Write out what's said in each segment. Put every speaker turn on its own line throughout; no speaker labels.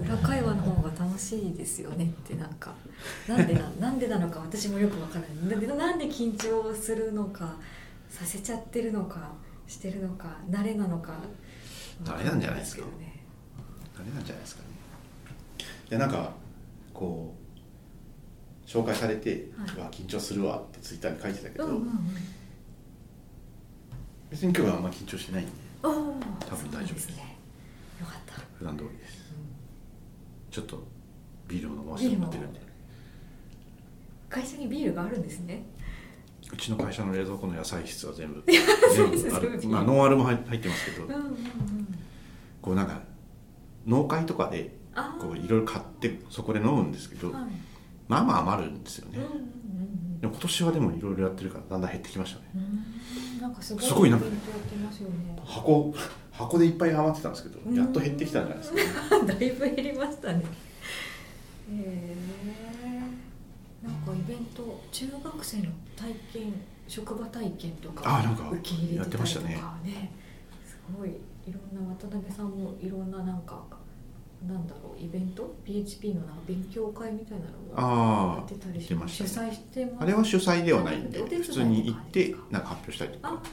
裏会話の方が楽しいですよねってなんかなんで ななんでなのか私もよくわからないななんで緊張するのかさせちゃってるのかしてるのか慣れなのか
慣れなんじゃないですか
わんないけ
あれなんじゃないですかねいやなんかこう紹介されて「
はいう
わ緊張するわ」ってツイッターに書いてたけ
ど
ど、
ねうんうんうん
別に今日はあんま緊張してないんで
おお
多分大丈夫です
ねよかった
普段通りですちょっとビールを飲ませてもらってるんで
会社にビールがあるんですね
うちの会社の冷蔵庫の野菜室は全 部
そうです
全部ある
そうです
まあノンアルも入入ってますけど
うんうんうん
こうなんか農会とかで
あー
こういろいろ買ってそこで飲むんですけど
はい
まあまあ余るんですよね
うんうんうん
でも今年はでもいろいろやってるからだんだん減ってきましたね
うんうんなんかすごい
すごいなんか
勉強ってますよね
箱箱でいっぱい余ってたんですけどやっと減ってきたんじゃないですか、
だいぶ減りましたねへえなんかイベント中学生の体験職場体験とか
あーなんか
受け入れ
やってて
た
ま
り
し
と
た
か
ね
ねすごいいろんな渡辺さんもいろんななんかなんだろうイベント PHP のなんか勉強会みたいなのもや
あ
って
あ
たりし
言ってま
て
した
主
ね
催してます
あれは主催ではないんで
お手伝い
普
とか
通に行ってなんか発表したりと
あ
か
あ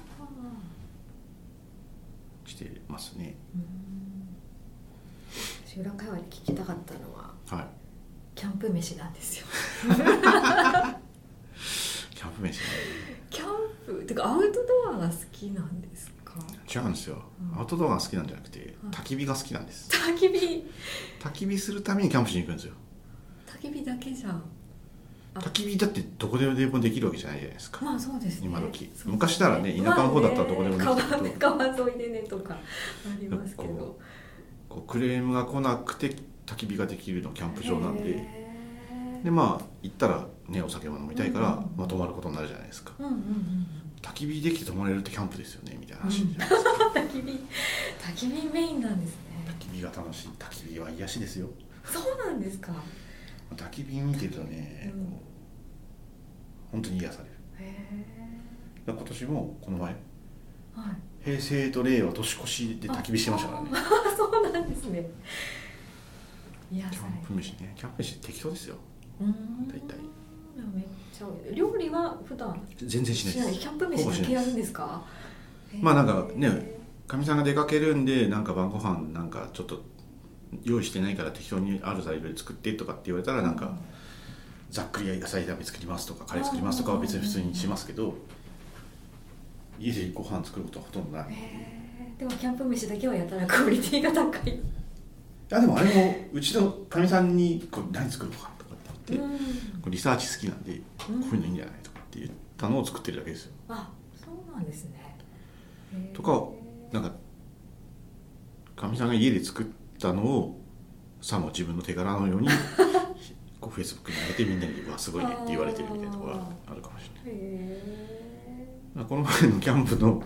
してますね
うん私裏会話で聞きたかったのは
はい
キャンプ飯なんですよ
キャンプ飯ね
キャンプてかアウトドアが好きなんですか
違うんですよ
うん
アウトドアが好きなんじゃなくて
うん
焚き火が好きなんです
焚き火
焚き火するためにキャンプしに行くんですよ
焚き火だけじゃんあ
焚き火だってどこでもできるわけじゃないじゃないですか
まあそうですね
今時
そう
昔ならね田舎の方だったらどこでもできたけど
まあね川川沿いでねとかありますけど
ここうクレームが来なくて焚き火ができるのキャンプ場なん
へ
で
え
でまあ行ったらねお酒も飲みたいから
うん
まあ泊まることになるじゃないですか
うんうんうん
焚き火できて泊まれるってキャンプですよねみたいな話じゃないですか
焚き火焚き火メインなんですね
焚き火が楽しい焚き火は癒しですよ
そうなんですか
焚き火見てるとね、
うん
こう本当に癒される
へえ
だから今年もこの前
はい
平成と令和年越しで焚き火してましたからね
あそうなんですねいや
キャンプ飯ねキャンプ飯適当ですよ
大
大体
めっちゃ料理は普段
全然しないです
キャンプ飯だけやるんですか
まあなんかね
へー
かみさんが出かけるんでなんか晩ご飯なんかちょっと用意してないから適当にある材料で作ってとかって言われたらなんかざっくり野菜炒め作りますとかカレー作りますとかは別に普通にしますけど家でご飯作ることはほとんどない
へーでもキャンプ飯だけはやたらクオリティが高い
いやでもあれもうちのかみさんにこれ何作ろうかとかって
う
言って、
ん
これリサーチ好きなんでこ
うん
ういうのいいんじゃないとかって言ったのを作ってるだけですよ
あそうなんですねへー
とかなんかかみさんが家で作ったのをさも自分の手柄のよ うにこうフェイスブックに上げてみんなに「うわすごいね」って言われてるみたいなところがあるかもしれない
へ
まあこの前のキャンプの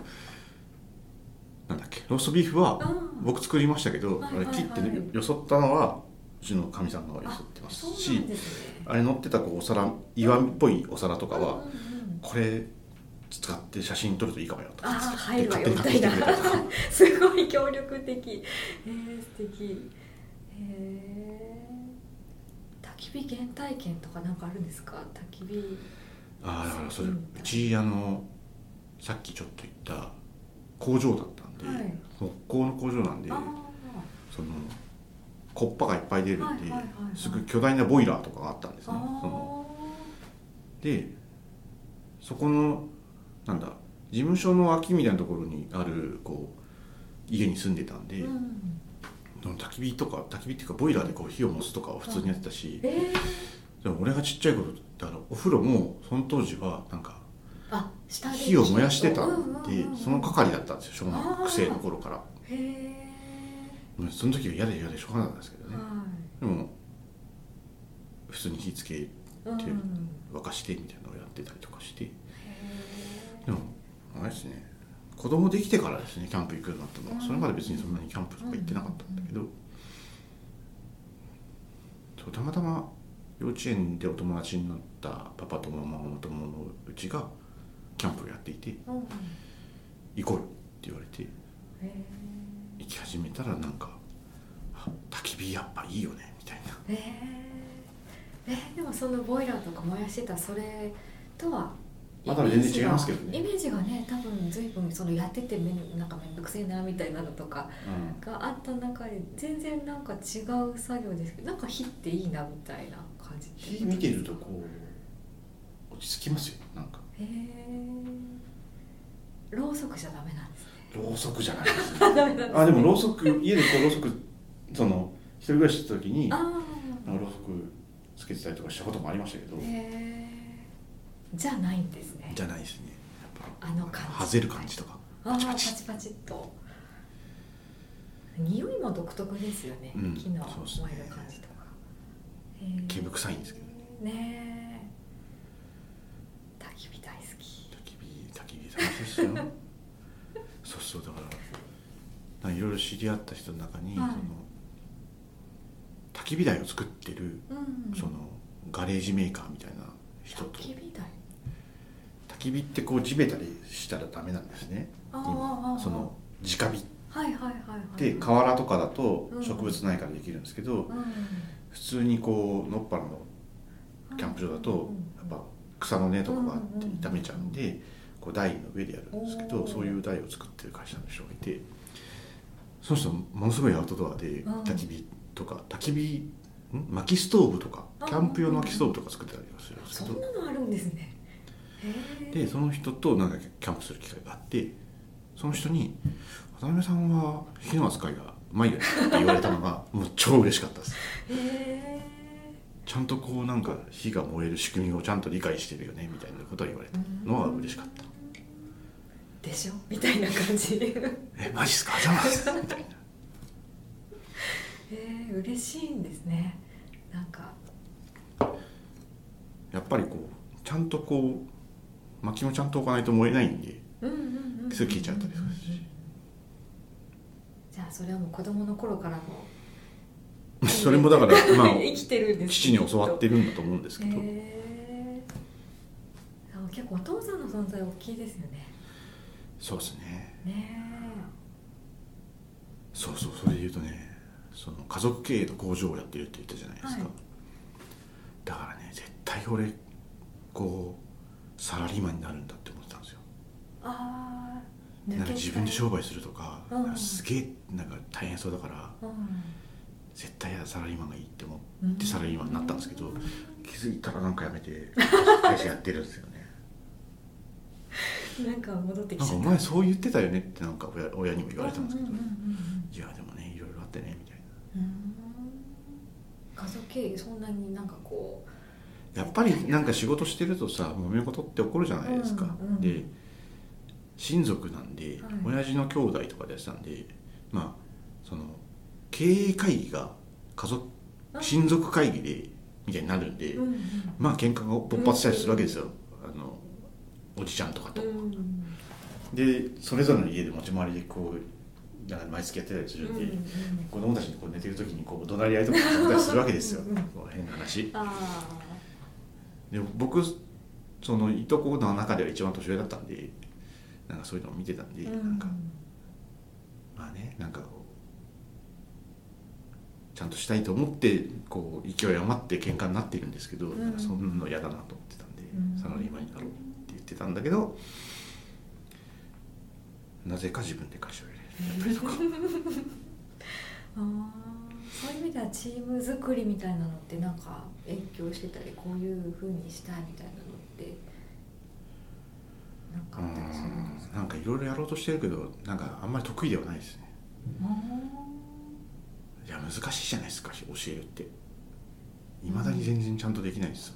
なんだっけローストビーフ
ーあ
は
ー
僕作りましたけど
はいは
あ
い
れ
はい
切ってよそったのはうちのかみさんがよ
あ
そってます
そうな
し
んですね
あれ乗ってたこうお皿岩っぽいお皿とか
う
は
んうんうん
これ使って写真撮るといいかもよと
あ
か
ー
使っ
入
て
るわ
勝
よ
手
み
に
たいな
買ってきてくれたりとか
すごい協力的えー、素敵えー、焚き火原体験とかなんかあるんですか焚き火
ああだからそれうちあのさっきちょっと言った工場だったんで、
はい
木工の工場なんで
あ
そのコッパがいっぱい出るんで、
はいはいはいはい
すごい巨大なボイラーとかがあったんです
ー
ねその
あ
でそこのなんだ事務所の脇みたいなところにあるこう家に住んでたんで、
ーうん
その焚き火とか焚き火っていうかボイラーでこう火を持つとかは普通にやってたし、
えー、
でも俺がちっちゃい頃だからお風呂もその当時はなんか
あ下で
火を燃やしてた
うん
ん
うんうんう
で
ん
その係だったんですよ小学生の頃から
へえ
うんその時は嫌で嫌でしょうがなかったんですけど
ー、
ね
は
でも普通に火つけ
い、うん
て
へ
沸かしてみたいなのをやってたりとかして
え
でもあれですね子供できてからですねキャンプ行くようになったのはそれまで別にそんなにキャンプとか行ってなかったんだけどそうたまたま幼稚園でお友達になったパパとママの友のうちがキャンプをやっていて
うん
行こうよって言われて
へえ
行き始めたらなんかあ焚き火やっぱいいよねみたいな
えー、えーでもそのボイラーとか燃やしてたそれとは
まあ多分全然違いますけどね
イメージがね多分随分そのやっててめんなんか面倒くせえなみたいなのとか
うん
があった中で全然なんか違う作業ですけどなんか火っていいなみたいな感じって
火見てるとこう落ち着きますよなんか
へえろうそくじゃダメなん ですね
ろうそくじゃないです
ダメなんですね
あでもろうそく家でこうろうそくその一人暮らししてた時になんか
あ
ろうそくつけてたりとかしたこともありましたけど
ーへえじゃないんですね
じゃないですね
あの感じ
はぜる感じとか
ああパチパチっと匂いも独特ですよね、
うん
木の
そうですね
燃える感じとかへー
毛深いんですけどね
ねえ焚き火大好き
焚き火焚き火楽しいですよそうそうだからなんかいろいろ知り合った人の中に、
はい
その焚き火台を作ってる、
うん
そのガレージメーカーみたいな人
焚
と
き
焚
火台
き火ってこう地べたりしたらダメなんですね
あー
今
あー
その直火っ
はいはいはいはい
て河原とかだと
うん
植物ないからできるんですけ
う
ど、
ん
普通にこうのっぱらのキャンプ場だとやっぱ草の根とかがあって
うんうん
傷めちゃうんでこう台の上でやるんですけ
お
ど
ー
そういう台を作ってる会社の人がいてその人ものすごいアウトドアで
うん
焚き火とか焚き火ん薪ストーブとか
あ
キャンプ用の薪ストーブとか作ってたりはするんで
そ
すけ
ん
ど
なのあるんですねへえ
でその人となんかキャンプする機会があってその人に「渡辺さんは火の扱いがうまいよね」って言われたのがもう超嬉しかったです。
へえ
ちゃんとこうなんか火が燃える仕組みをちゃんと理解してるよねみたいなことを言われたのは嬉しかった
でしょみたいな感じ へ
「えマジっすかあざます」みたいな
え嬉しいんですねなんか
やっぱりこうちゃんとこう薪もちゃんと置かないと燃えないんで
うんうんうんうん
すぐ消えちゃったりするし
じゃあそれはもう子供の頃からも
それも だからまあ
生きてるんです
父に教わってるんだと思うんですけど、
へえあ結構お父さんの存在大きいですよね
そうですね
ね
そうそうそれで言うとねその家族経営の工場をやってるって言ったじゃないですか、
はい
だからね絶対俺こうサラリーマンになるんだって思ってたんですよ
えああ
なんか自分で商
ょ
売するとか,、
うん
すげえなんか大変そうだから
うん
絶対サラリーマンがいいって思
うん
ってサラリーマンになったんですけど、気づいたらなんかや めて会社やってるんですよね
なんか戻ってき
なん
ち
か
ゃ
お
った
前そう言ってたよねってなんか親親にも言われたんですけど、
うんうんうん
いやでもねいろいろあってねみたいな
うんうん家族経営そんなになんかこう
やっぱりなんか仕事してるとさ揉め事って起こるじゃないですか、
うんうん
で親族なんで、
はい
親父の兄弟とかでやってたんでまあその経営会議が家族親族会議でみたいになるんで、
うん
まあ喧嘩が勃発したりするわけですよ、あのおじちゃんとかと、
うんうん
でそれぞれの家で持ち回りでこうなんか毎月やってたりするんで、
うんうん
子供たちにこう寝てる時にこう怒鳴り合いとかされたりするわけですよ
うんうん
こう変な話
あ
で僕そのいとこの中では一番年上だったんでなんかそういうのを見てたんで、
あ、
なんかまあねなんかこうちゃんとしたいと思ってこう勢い余って喧嘩になってるんですけど、
うん
なんかそんなの嫌だなと思ってたんで、
うん
サラリーマンになろうって言ってたんだけどなぜか自分で会社をやれるやったりとか
あーそういう意味ではチーム作りみたいなのってなんか影響してたりこういうふうにしたいみたいなのってなんか
う
あったりするんです
ん
か
なんかいろいろやろうとしてるけどなんかあんまり得意ではないですねいや難しいじゃないですか教えるっていまだに全然ちゃんとできないですよ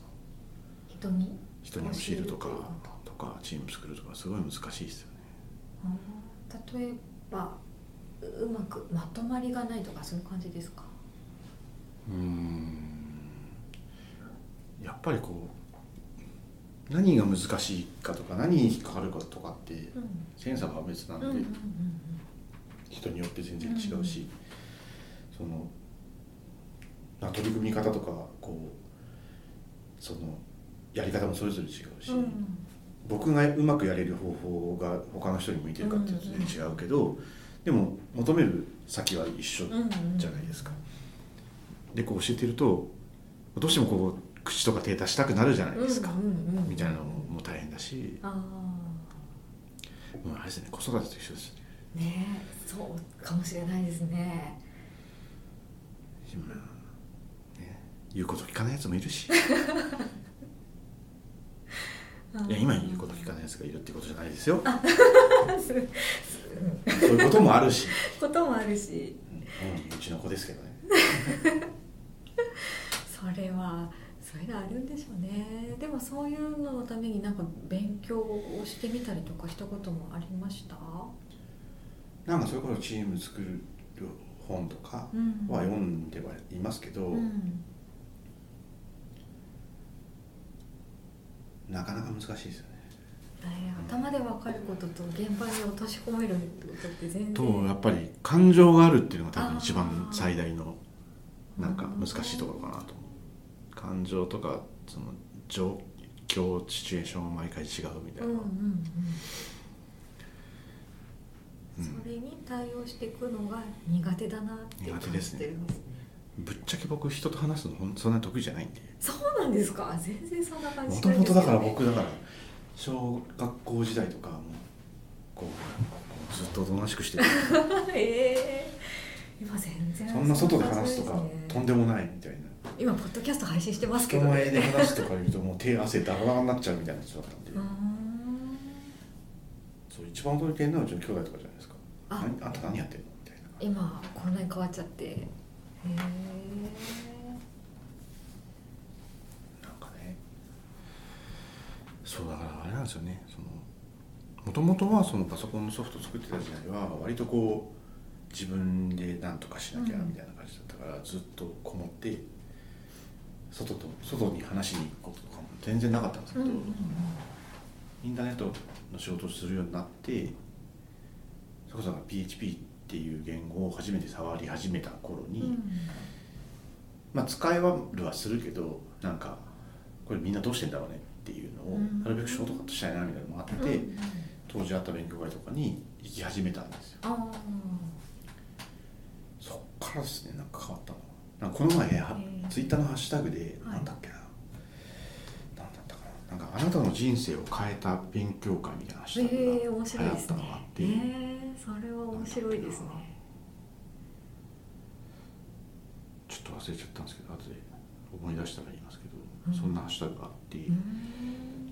人に
人に教えるとか
教えると
とかチーム作るとかすごい難しいですよね
あー例えばううまくまとまりがないとかそういう感じですか
うーんやっぱりこう何が難しいかとか何に引っかかるかとかって
うん
センサーが別なんで、
うんうんうん
人によって全然違うし、そのまあ取り組み方とかこうそのやり方もそれぞれ違う
う
し、
んうん
僕がうまくやれる方法が他の人に向いてるかっていうと全然違うけど、でも求める先は一緒
うんうん
じゃないですか、でこう教えてるとどうしてもこう口とか手出したくなるじゃないですか、
うんうんうん
みたいなのも大変だし、
あ
うんあれですね子育てと一緒ですね
あねえそうかもしれないですね
今ね言うこと聞かないやつもい るしいや今言うこと聞かないやつがいるってことじゃないですよ
と する
そういうこともあるし、
こともあるし
うん、主にうちの子ですけどね
それはそれがあるんでしょうねでもそういうののためになんか勉強をしてみたりとかしたこともありました
なんかそういうことチーム作る本とか
うん
は読んではいますけど、
うん
なかなか難しいですよね
だい頭で分かることと現場に落とし込めることって全然
とやっぱり感情があるっていうのが多
あ
分
ー
一番最大のなんか難しいところかなと思う感情とかその状況シチュエーションが毎回違うみ
う
たい
ん
な、
うんうん
うん
それに対応していくのが苦手だなって
苦手
感
で
じ
すね
てるんですね
ぶっちゃけ僕人と話すのほんそんな得意じゃないんで
そうなんですか全然そんな感じ
も
し
と
ない
も
です
と
よね
だから僕だから小学校時代とかもこうずっとおとなしくし てる
ええ今全然
そんな外で話すとか
そうです
と
ね
んでもないみたいな
今ポッドキャスト配信してますけ
人
ど、
前で話すとか言うともう手汗だらだらになっちゃうみたいな人だったんで
うーん
そう一番驚いてるのはうちの兄弟とかじゃないですか
あ
何あんた何やってんのみたいな
今こんなに変わっちゃってへえ
なんかねそうだからあれなんですよねそのもともとはそのパソコンのソフト作ってた時代は割とこう自分で何とかしなきゃ
うん
みたいな感じだったから、ずっとこもって外と外に話しに行くこととかも全然なかったんですけ
う
ど、
んうんうん
インターネットの仕事をするようになってそれこそが PHP っていう言語を初めて触り始めた頃に、まあ、使いはるはするけどなんかこれみんなどうしてんだろうねっていうのを
うん
なるべくショートカットしたいなみたいなのもあって、
うんうん
当時あった勉強会とかに行き始めたんですよ
ああ
そっからですねなんか変わったのなんかこの前、は
へー
ツイッターのハッシュタグで
はい
なんだっけな、なんだったかななんかあなたの人生を変えた勉強会みたいなハッシュタ
ええ
グ
面
が
白
流
い
行
で
っ
す
た
ね
のがあって、
ええそれは面白いですね
ちょっと忘れちゃったんですけど後で思い出したら言いますけど、
うん
そんなハッシュタグがあって、
う
や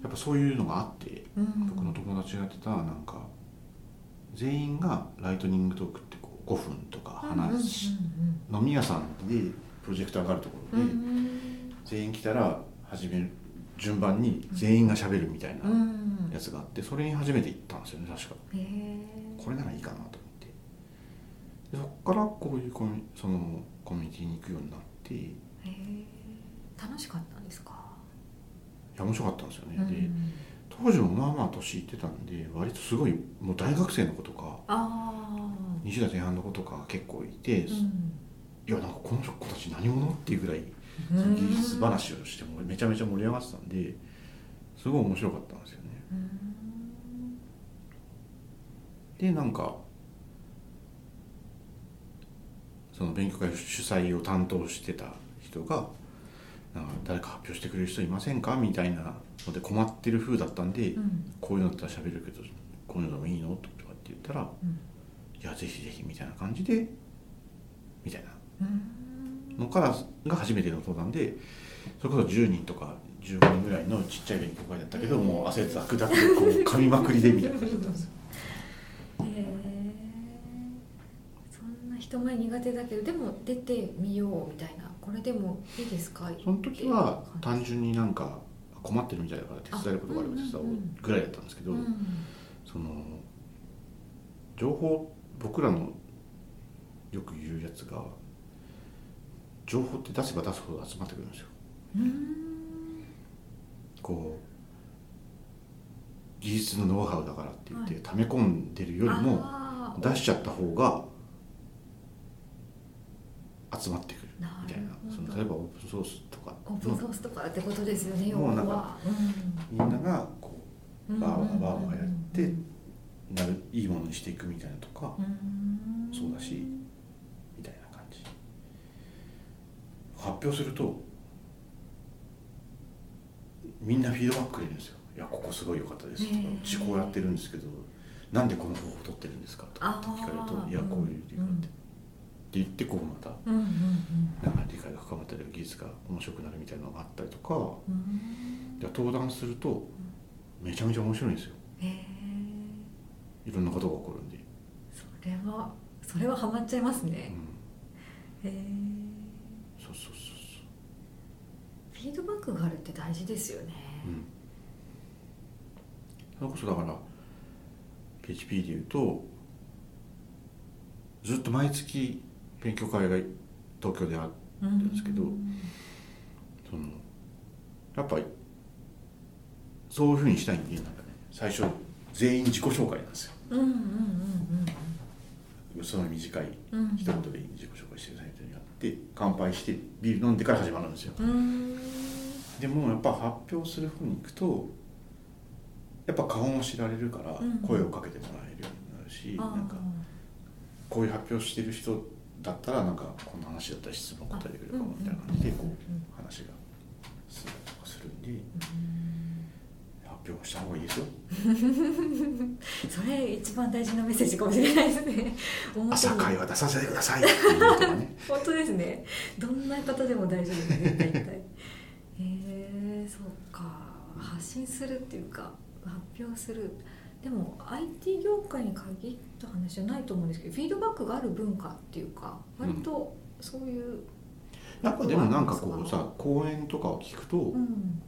ん
っぱそういうのがあって
うん
僕の友達がやってたなんか全員がライトニングトークってこう5分とか話し、
うん
飲み屋さんでプロジェクターがあるとこ
う
ろ
んう
で、
んうん
全員来たら始める順番に全員がしゃべるみたい
うんう
なんやつがあってそれに初めて行ったんですよね確か
へえ
これならいいかなと思ってでそっからこういうコミュニそのコミュニティに行くようになってい
へえ楽しかったんですか
や面白かったんですよね、
う
で
ん
当時もまあまあ年いってたんで割とすごいもう大学生の子とか
ああ
20代前半の子とかが結構いて、
う
い
ん
やなんかこの子たち何者っていうぐらいその技術話をしてもめちゃめちゃ盛り上がってたんですごい面白かったんですよね
うん
でなんかその勉強会主催を担当してた人が「なんか誰か発表してくれる人いませんか?」みたいなので困ってる風だったんで、
うん
こういうのだったら喋るけどこういうのもいいの?」とかって言ったら
うん
「いやぜひぜひ」みたいな感じでみたい
う
な
ん
のからが初めての登壇でそれこそ10人とか15人ぐらいのちっちゃい勉強会だったけど、
うん
もう汗だくだくでこう噛みまくりで みたいな感じだったんですよ
へえそんな人前苦手だけどでも出てみようみたいなこれでもいいですか
その時は単純になんか困ってるみたいだから手伝えることがあれば手伝おうぐらいだったんですけど、
うん
その情報僕らのよく言うやつが情報って出せば出すほど集まってくるんですよ
うん
こう技術のノウハウだからって言って、溜め込んでるよりも
あー
出しちゃった方が集まってくるみたいな
なるほど
その例えばオープンソースとか
オープンソ
の
ースとかってことですよね要
もうなん
は
かみんながこ
うん
バーバーバーバーやって
うん
うなるいいものにしていくみたいなとか、
うん
そうだし表するとみんなフィードバックくれるんですよ「いやここすごい良かったです」とか
へえ
うちこうやってるんですけどなんでこの方法を取ってるんですか?」とかって聞かれる
あ
と「
ー
いやこういう理由があって」って言ってこうまた
うんうん
なんか理解が深まったり技術が面白くなるみたいなのがあったりとか
うんうん
で登壇するとめちゃめちゃ面白いんですよ
へえ
いろんなことが起こるんで、
それはそれはハマっちゃいますね
うん、
へえ
そうそうそうそう
フィードバックがあるって大事ですよね
うんそれこそだから PHP でいうとずっと毎月勉強会が東京であ
う
ですけどそのやっぱりそういうふうにしたいんでなんかね最初全員自己紹介なんですよ
うんうんうん
その短い
うんうん
一言で自己紹介して最初にやって乾杯してビール飲んでから始まるんですよ
うん
でもやっぱ発表する方に行くとやっぱ顔も知られるから
うん
声をかけてもらえるようになるし、
あー
なんかこういう発表してる人だったらなんかこんな話だったら質問答えてくれるかもみたいな感じでこ
うんうんうん
う話が進んだりとかするんで発表した方がいいですよ
それ一番大事なメッセージかもしれないですね表に
朝会は出させてくださいっていうと かね
本当ですねどんな方でも大丈夫ですね大体 へえそうか発信するっていうか発表するでも IT 業界に限った話じゃないと思うんですけどフィードバックがある文化っていうか
うん
割とそういう、
やっぱでもなんかこうさ講演とかを聞くと、
うん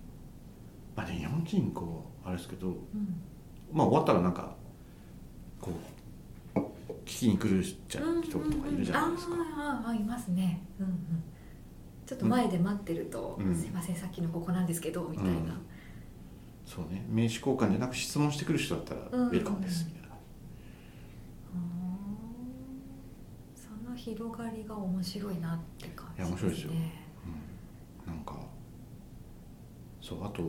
まあね日本人こうあれですけど
うん
まあ終わったらなんかこう聞きに来るじゃん人とかいるじゃないですか、
うんうんうんあーあーあーいますね、うんうん、ちょっと前で待ってると「
うん
すいませんさっきのここなんですけど」みたいな、
うんそうね名刺交換じゃなく質問してくる人だったら
うん
ウェルカムですみたいな、
ふーんその広がりが面白いなって感じ
いや面白いですよ
ね
うんなんかそうあとそ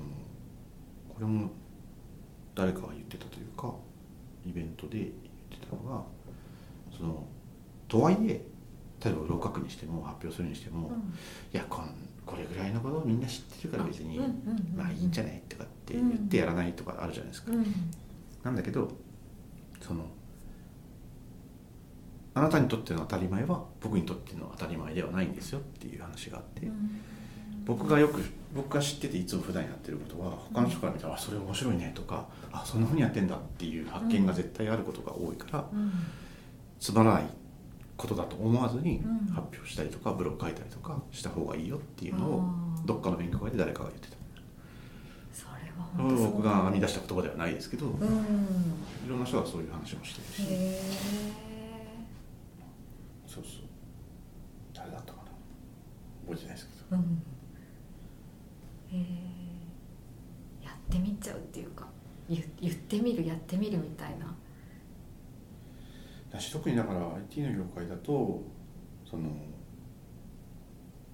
のこれも誰かが言ってたというかイベントで言ってたのがそのとはいえ例えば老学にしても発表するにしても、
う
い
ん
やこんこれぐらいのことをみんな知ってるから別に、
うんうんうんうん
まあいいんじゃないとかって言ってやらないとかあるじゃないですか、
うん
なんだけどそのあなたにとっての当たり前は僕にとっての当たり前ではないんですよっていう話があって、
うん
僕がよく僕が知ってていつも普段やってることは他の人から見たら「あそれ面白いね」とか「あそんなふうにやってんだ」っていう発見が絶対あることが多いから、
うん
つまらないことだと思わずに
うん
発表したりとかブログ書いたりとかした方がいいよっていうのを
あー
どっかの勉強会で誰かが言ってた。
それは
こ
本
れ
当
は
そう
僕が編み出した言葉ではないですけど、
う
い
ん
ろんな人がそういう話もしてるし、
へ
そうそう誰だったかな覚えてないですけ
えう
ど
んへえやってみちゃうっていうか言言ってみるやってみるみたいな
だし特にだから IT の業界だとその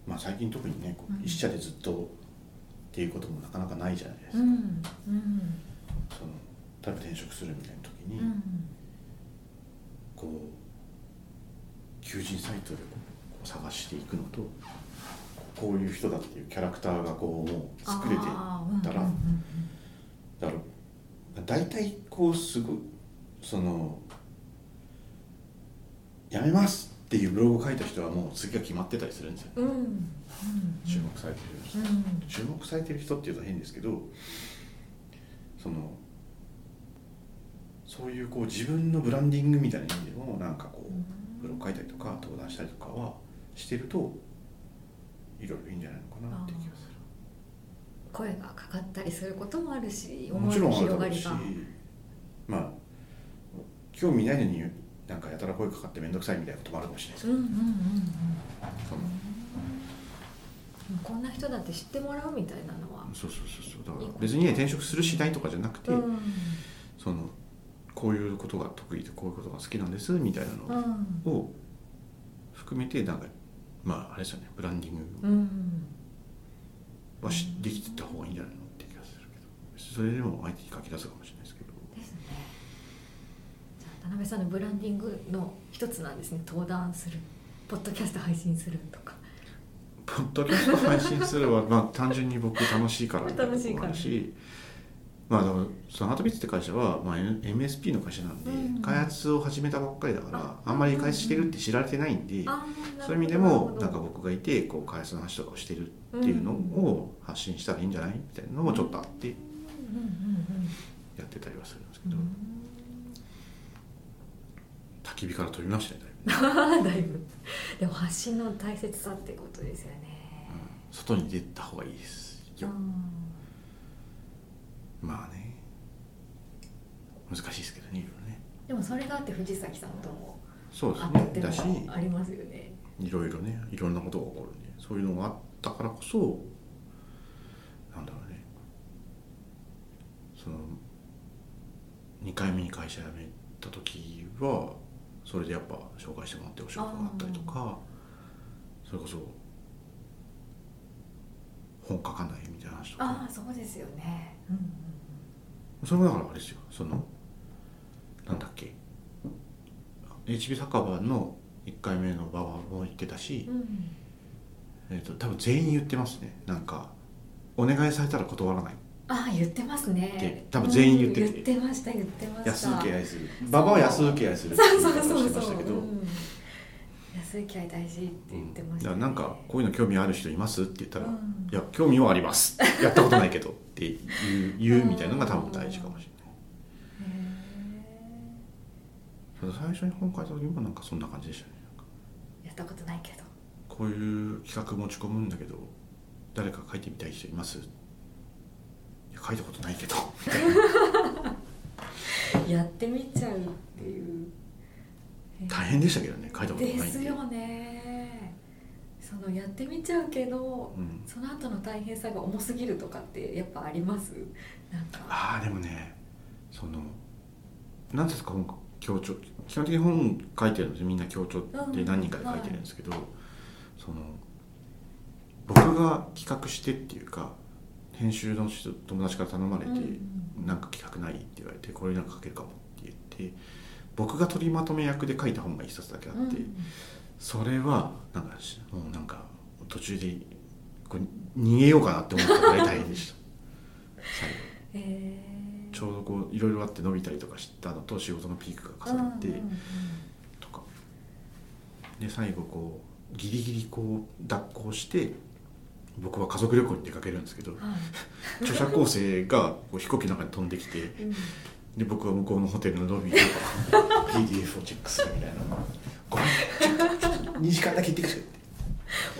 まあ最近特にねこう
うん
一社でずっとっていうこともなかなかないじゃないですか、
うんうん
その例えば転職するみたいな時
う
に、
ん
こう求人サイトでこうこう探していくのとこういう人だっていうキャラクターがこうもう作れて
あー
たら
うんうんうん
だろ大体こうすぐそのやめますっていうブログを書いた人はもう次が決まってたりするんですよ、
うんうんうん
注目されてる人、
うん
注目されてる人っていうと変ですけどそのそういうこう自分のブランディングみたいな意味でもなんかこ
うん
うブログ書いたりとか登壇したりとかはしてるといろいろいいんじゃないのかなっていう気がする
声がかかったりすることもあるし
もちろんあ
思い
る
の広が
だろう
り
し
が
まあ興味ないのになんかやたら声かかって面倒くさいみたいなこともあるかもしれないです
うんうんうん
けど、
うんこんな人だって知ってもらうみたいなのは
そうそうそうそうだから別にね転職するしないとかじゃなくて、
うん
そのこういうことが得意でこういうことが好きなんですみたいな
う
の
ん
を含めてなんかまああれですよねブランディング
うん
はしできてった方がいいんじゃないのって気がするけどそれでも IT に書き出すかもしれないですけど
ですねじゃあ田辺さんのブランディングの一つなんですね登壇するポッドキャスト配信するとか
ポポッドキャスト配信するはまあ単純に僕楽しいからみたいなとこもあるしまあでもそのハートビーツって会社は、まあ、N- MSP の会社なんで、
うん
開発を始めたばっかりだから
あ
あんまり開発してるって知られてないんで、
あー
そういう意味でもなんか僕がいてこう開発の話とかをしてるっていうのを発信したらいいんじゃないみたいなのもちょっとあって
うんうん
やってたりはするんですけ
うんう
ど、
ん
焚き火から飛びましたねだいぶね
うん だいぶでも発信の大切さってことですよね、
外に出た方がいいですよ、まあね難しいですけどねいろいろね
うんでもそれがあって藤崎さんとも
そうです
会って
ね
って
だし
いうのもありますよね
いろいろねいろんなことが起こるんでそういうのがあったからこそなんだろうねその2回目に会社辞めた時はそれでやっぱ紹介してもらってお仕事があったりとかそれこそ本書かないみたいな話とか
ああそうですよね、うんうん
それもだからあれですよそのなんだっけ HB 酒場の1回目のババも言ってたし、
うんうん
えー、と多分全員言ってますねなんかお願いされたら断らない
ああ言ってます
で
ね
多分全員言ってて
うん言ってました言ってました
安請け合いする
う
ババは安請け合いするって
そ
いうう
そう
話
そ
を
う
してまし
そう
たけど
うん安い気合い大事って言ってました、ね
うんだからなんかこういうの興味ある人いますって言ったら「
うん
いや興味はあります」やったことないけどって言う言うみたいなのが多分大事かもしれない
へ
ただ最初に本書いた時もなんかそんな感じでしたねなんか
えやったことないけど
こういう企画持ち込むんだけど誰か書いてみたい人いますいや書いたことないけどみたいな
やってみちゃうっていう
大変でしたけどね書いたことないん
で
で。
すよねそのやってみちゃうけど
うん
その後の大変さが重すぎるとかってやっぱありますなんか
ああでもねその何ですか本強調基本的に本書いてるんですよみんな強調で何人かで書いてるんですけど、その僕が企画してっていうか編集の人友達から頼まれて、
うんうん
なんか企画ないって言われてこれなんか書けるかもって言って僕が取りまとめ役で書いた本が一冊だけあって、それはなんかしもうなんか途中でこう逃げようかなって思ったぐらい大変でした最後。
うんえ
ちょうどこういろいろあって伸びたりとかしたのと仕事のピークが重なってとか、で最後こうギリギリこう脱行して僕は家族旅行に出かけるんですけど著者構成がこう飛行機の中に飛んできて で僕は向こうのホテルのロビーとか PDF をチェックするみたいな「ごめんちょっと2時間だけ行ってくる」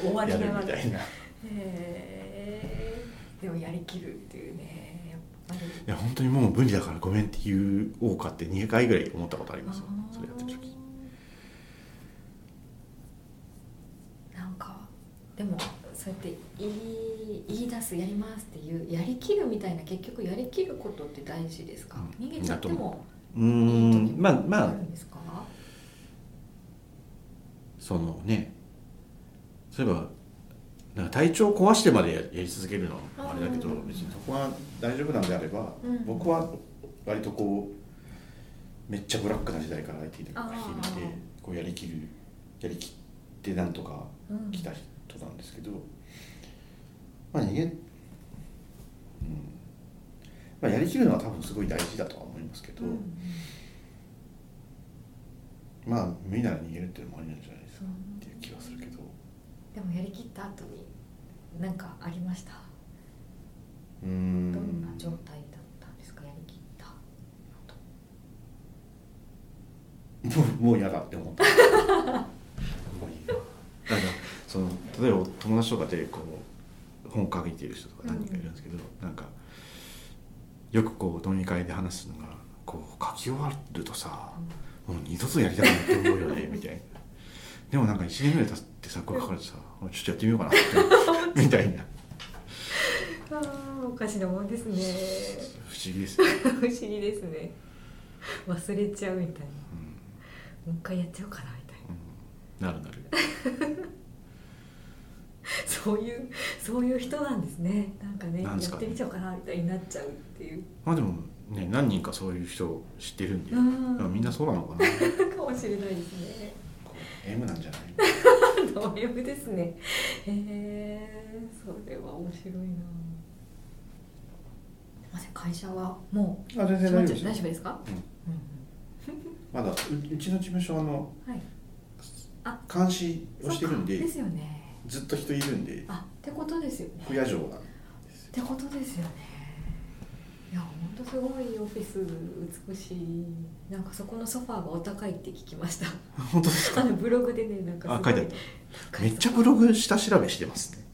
終わ
ってや
り
る
が
みたいな。
へえでもやりきるっていうねやっぱり
いや本当にもう無理だからごめんって言おうかって2回ぐらい思ったことあり
あ
ますよ
ー
それやってる時
なんかでもそうやって言い言い出すやりますっていうやりきるみたいな結局やりきることって大事ですか、
うん
逃げちゃっても
うーんまあま
あ
あ
るんですか、
そのねそういえばなんか体調壊してまでややり続けるのはあれだけど
うん
別にそこが大丈夫なんであれば、
うん
僕は割とこうめっちゃブラックな時代から IT で来てきて
あ
こうやりきるやりきってなんとか
うん
来た人なんですけど、まあ逃げ、うんまあ、やりきるのは多分すごい大事だとは思いますけど、
うん
まあ無理なら逃げるっていうのもありなんじゃないです
そ
か
う
っていう気はするけど。
でもやりきった後に何かありました
うー
どん
ん
な状態だったんですかやりきった後
もうもう嫌だって思ったもういいよなんかその例えば友達とかでこう本を書いてる人とか何人かいるんですけど、なんかよくこう飲み会で話すのがこう書き終わるとさ、もう二度とやりたくないって思うよ ねみたいなでもなんか1年ぐらい経ってさこれ書かれてさちょっとやってみようかなってみたいな
あーおかしなもんですね
不思議ですね、
不思議ですね忘れちゃうみたいな
うん
もう一回やっちゃおうかなみたいな
うん、なるなる
そういうそういう人なんですねなんかね
なんで
や
すか
っ
ね
てみちゃおうかなみたいになっちゃうっていう
まあでもね何人かそういう人知ってるんで、
うん
だからみんなそうなのかな
かもしれないですね
M なんじゃない
同様ですねへえそれは面白いなすいません会社はも
あ全
う
然
決
大
まっ
丈夫
ちゃ
で
う大
すよ
丈夫ですか、
まだううちの事務所はあの
うんはい
監視をしてるん
そうか
で
ですよね
ずっと人いるんで
あってことですよね
不夜城なん
ってことですよねいや本当すごいオフィス美しいなんかそこのソファーがお高いって聞きました
本当です
あのブログでねなんかすご
あ書いて
高
めっちゃブログ下調べしてますね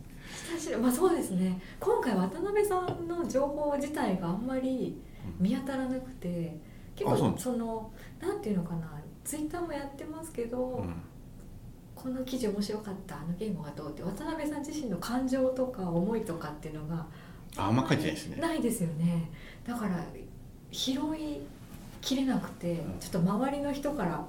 下調べまあそうですね今回渡辺さんの情報自体があんまり見当たらなくて結
あそうなん
構
です
そのなんていうのかなツイッターもやってますけど、
うん
この記事面白かったあのゲームがどうって渡辺さん自身の感情とか思いとかっていうのが
ああんま書いてないですね
ないですよねだから拾いきれなくて
ん
ちょっと周りの人から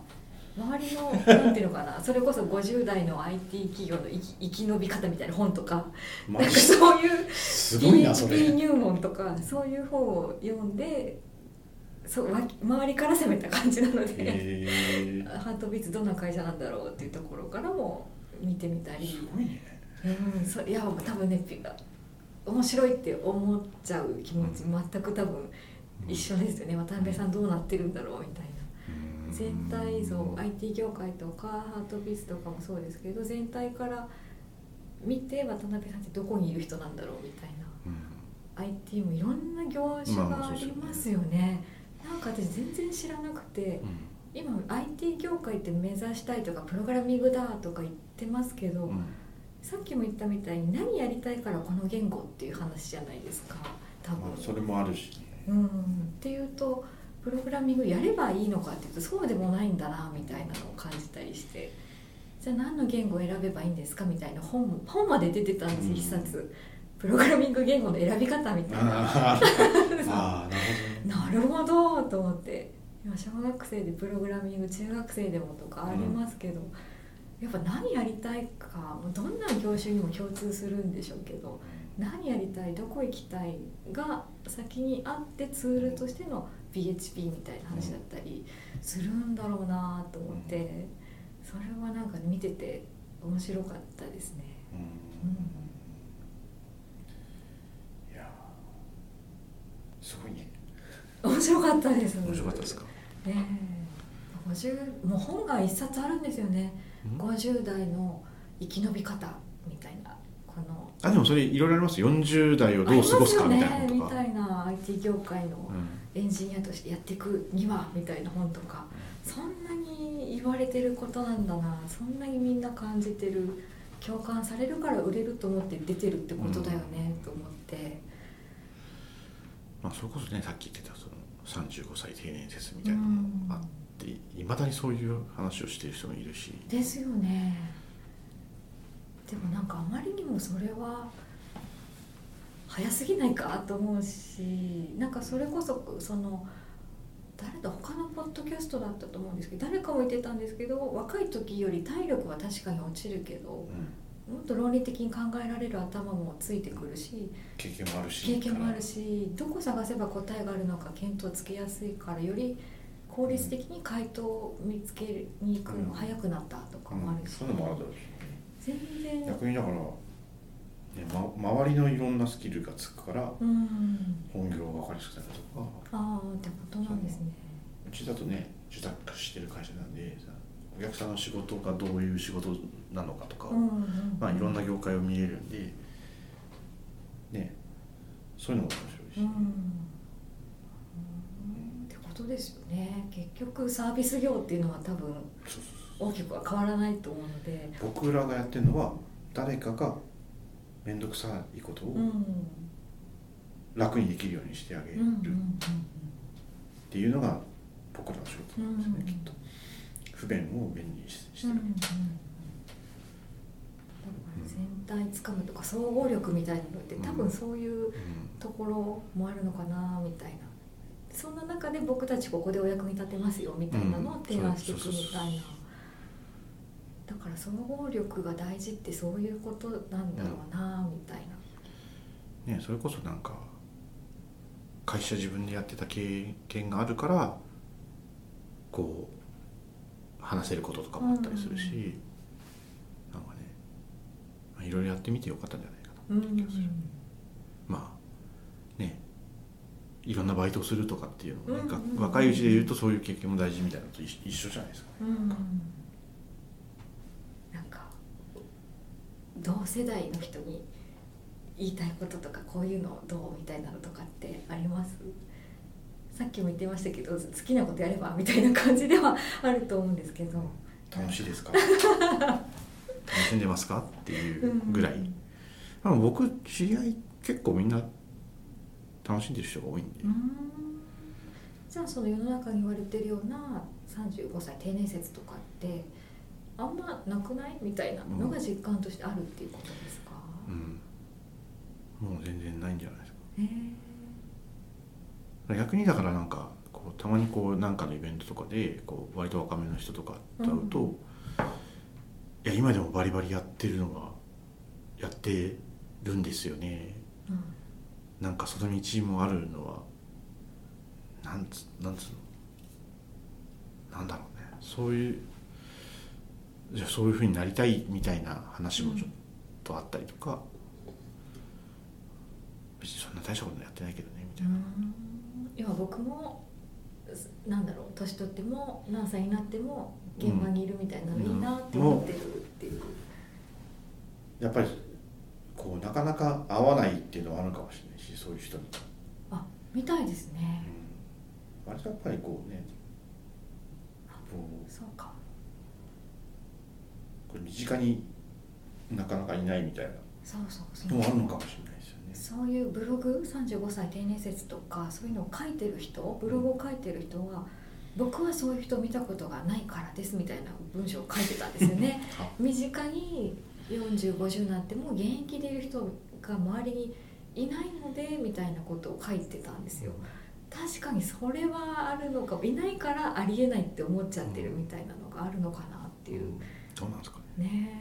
周り のなんていうのかなそれこそ50代の IT 企業の生き生き延び方みたいな本とか
マ
なんか
ジ
そういう
すごいなそ
PHP
れ
入門とかそういう本を読んでそうわ周りから攻めた感じなので。
えー
ハートビーツどんな会社なんだろうっていうところからも見てみたり、
すごいね
うん、そいや多分ねピ面白いって思っちゃう気持ち全く多分一緒ですよね渡辺さんどうなってるんだろうみたいな
うん
全体像 IT 業界とかハートビーツとかもそうですけど全体から見て渡辺さんってどこにいる人なんだろうみたいな
うん、
IT もいろんな業種
まあまあ
が
そ
あ
うですよ
り
ね
ますよね。なんか私全然知らなくて、今 IT 業界って目指したいとかプログラミングだとか言ってますけど、
うんうん
さっきも言ったみたいに何やりたいからこの言語っていう話じゃないですか多分、
まあ、それもあるしね
うんっていうとプログラミングやればいいのかっていうとそうでもないんだなみたいなのを感じたりしてじゃあ何の言語を選べばいいんですかみたいな本も本まで出てたんです
うん
一冊プログラミング言語の選び方みたいな
あーあ ーなるほどね
なるほどと思って今小学生でプログラミング中学生でもとかありますけど、やっぱ何やりたいかどんな業種にも共通するんでしょうけど何やりたいどこ行きたいが先にあってツールとしての PHP みたいな話だったりするんだろうなと思って、それはなんか見てて面白かったです ね。
うんいやーすごいね
面白かったです。
面白かったですか
ねえ50もう本が一冊あるんですよね
ん
50代の生き延び方みたいなこの
あでもそれいろいろありますよ40代をどう過ごすかみたいな
あ
の
り
と
ま
か、
すよねみたいな IT 業界
う
の
ん
エンジニアとしてやっていくにはみたいな本とかそんなに言われてることなんだなそんなにみんな感じてる共感されるから売れると思って出てるってことだよね、と思って
まあ、それこそねさっき言ってたその35歳定年説みたいなのもあっていまだにそういう話をしてる人もいるし
ですよねでもなんかあまりにもそれは早すぎないかと思うしなんかそれこそその誰だ他のポッドキャストだったと思うんですけど誰かも言ってたんですけど若い時より体力は確かに落ちるけど
う
も
ん
っと論理的に考えられる頭もついてくるし
経験もあるし
経験もあるしどこ探せば答えがあるのか見当つけやすいからより効率的に回答を見つけに行くのが早くなったとかもあ
うん
るし、
そういうのもあるだろうし
全然
逆にだから、ねま、周りのいろんなスキルがつくから
うん
本業が分かりやすくなるとか
ああってことなんですね
うちだとね受託化してる会社なんでさお客さんの仕事がどういう仕事なのかとか、
うんうん
まあ、いろんな業界を見えるんでねそういうのも面
う
白い
ん
し、
うんってことですよね結局サービス業っていうのは多分
そうそうそう
大きくは変わらないと思うので
僕らがやってるのは誰かが面倒くさいこと
う
を
ん
楽にできるようにしてあげ
うん
る
うん
っていうのが僕らの仕事なんですね、
うん
きっと不便を便利にしして
うんう
る、
んうんだから全体つかむとか総合力みたいなのって多分そういうところもあるのかなみたいなそんな中で僕たちここでお役に立てますよみたいなのを提案していくみたいなだから総合力が大事ってそういうことなんだろうなみたいな
ね、それこそなんか会社自分でやってた経験があるからこう話せることとかもあったりするし、なんかねまあいろいろやってみてよかったんじゃないかな
うんうん
まあねいろんなバイトをするとかっていうのもね、
うんうんうん
が若いうちで言うとそういう経験も大事みたいなのと一一緒じゃないですか
うんうんなんか同世代の人に言いたいこととかこういうのどうみたいなのとかってありますさっきも言ってましたけど好きなことやればみたいな感じではあると思うんですけど、
楽しいですか楽しんでますかっていうぐらい、
うん
まあ僕知り合い結構みんな楽しんでる人が多いんで、
うんじゃあその世の中に言われてるような35歳定年説とかってあんまなくないみたいなのが実感としてあるっていうことですか、
うん、もう全然ないんじゃないです
へえ
か逆にだからなんかこうたまにこうなんかのイベントとかでこう割と若めの人とかと会うと、
うん
いや今でもバリバリやってるのがやってるんですよね
うん
なんかその道もあるのはなんつなんつうのなんだろうねそういうじゃあそういうふうになりたいみたいな話もちょっとあったりとか、別にそんな大したことやってないけどねみたいな、
今僕もすなんだろう年取っても何歳になっても現場にいるみたいなのいいなって思ってるっていう、
やっぱりこうなかなか合わないっていうのはあるかもしれないしそういう人に、
あみたいですね
うん、あれやっぱりこうねこう
そうか
これ身近になかなかいないみたい
そうそうそ
な
う、
のもあるのかもしれないですよね
そういうブログ35歳定年説とかそういうのを書いてる人ブログを書いてる人は僕はそういう人見たことがないからですみたいな文章を書いてたんですよね身近に4050なんてもう現役でいる人が周りにいないのでみたいなことを書いてたんですよ確かにそれはあるのかもいないからありえないって思っちゃってるみたいなのがあるのかなっていう、
どうなんですかね
ね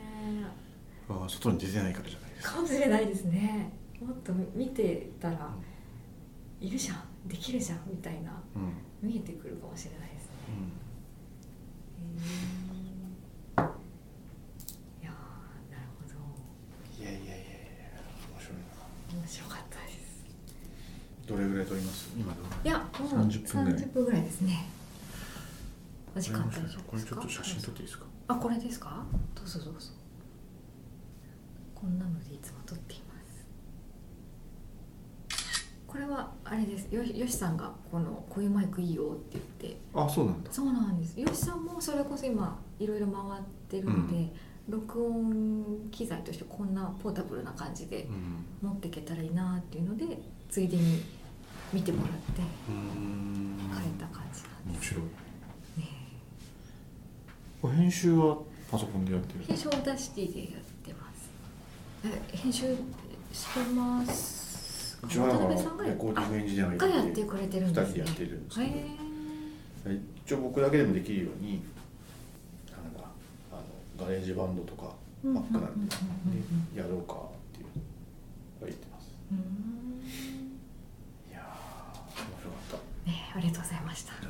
あ外に出てないからじゃないで
え
すか
かもしれないですねもっと見てたらいるじゃんできるじゃんみたいな
うん、うん
見えてくるかもしれないですねいやーなるほど
いやいやいやいや面白い
面白かったです
などれぐらい撮ります今どれぐら
いやもう
30分ぐらい
30分ぐらいですねお時間大丈
こ
夫で
れ
す
ち
か
ょっと写真撮っていいですか
あ、これですか。どうぞどうぞ。こんなのでいつも撮っています。これはあれです。よし、よしさんがこのこういうマイクいいよって言って。
あそうなんだ
そうなんです。よしさんもそれこそ今いろいろ回ってるので、
う
録音機材としてこんなポータブルな感じで
うん
持っていけたらいいなっていうので、ついでに見てもらって
うーん
書いた感じなん
面
です
白い
ね。
これ編集はパソコンでやってる
編集オーダーシティでやってますえ編集してます
うちはあ
渡
の
辺さんが
レコーディングエンジニアを
あ
や
がや
っ
ってて
る
くれてるんです、ね、
二人でやってるんですけど
へえ
一応僕だけでもできるようになんだあのガレージバンドとか
うんうんう
バ
ん
ックナンドとかでやろうかっていうのは言ってます
うん
いやー面白かった
ねありがとうございました
ありがとう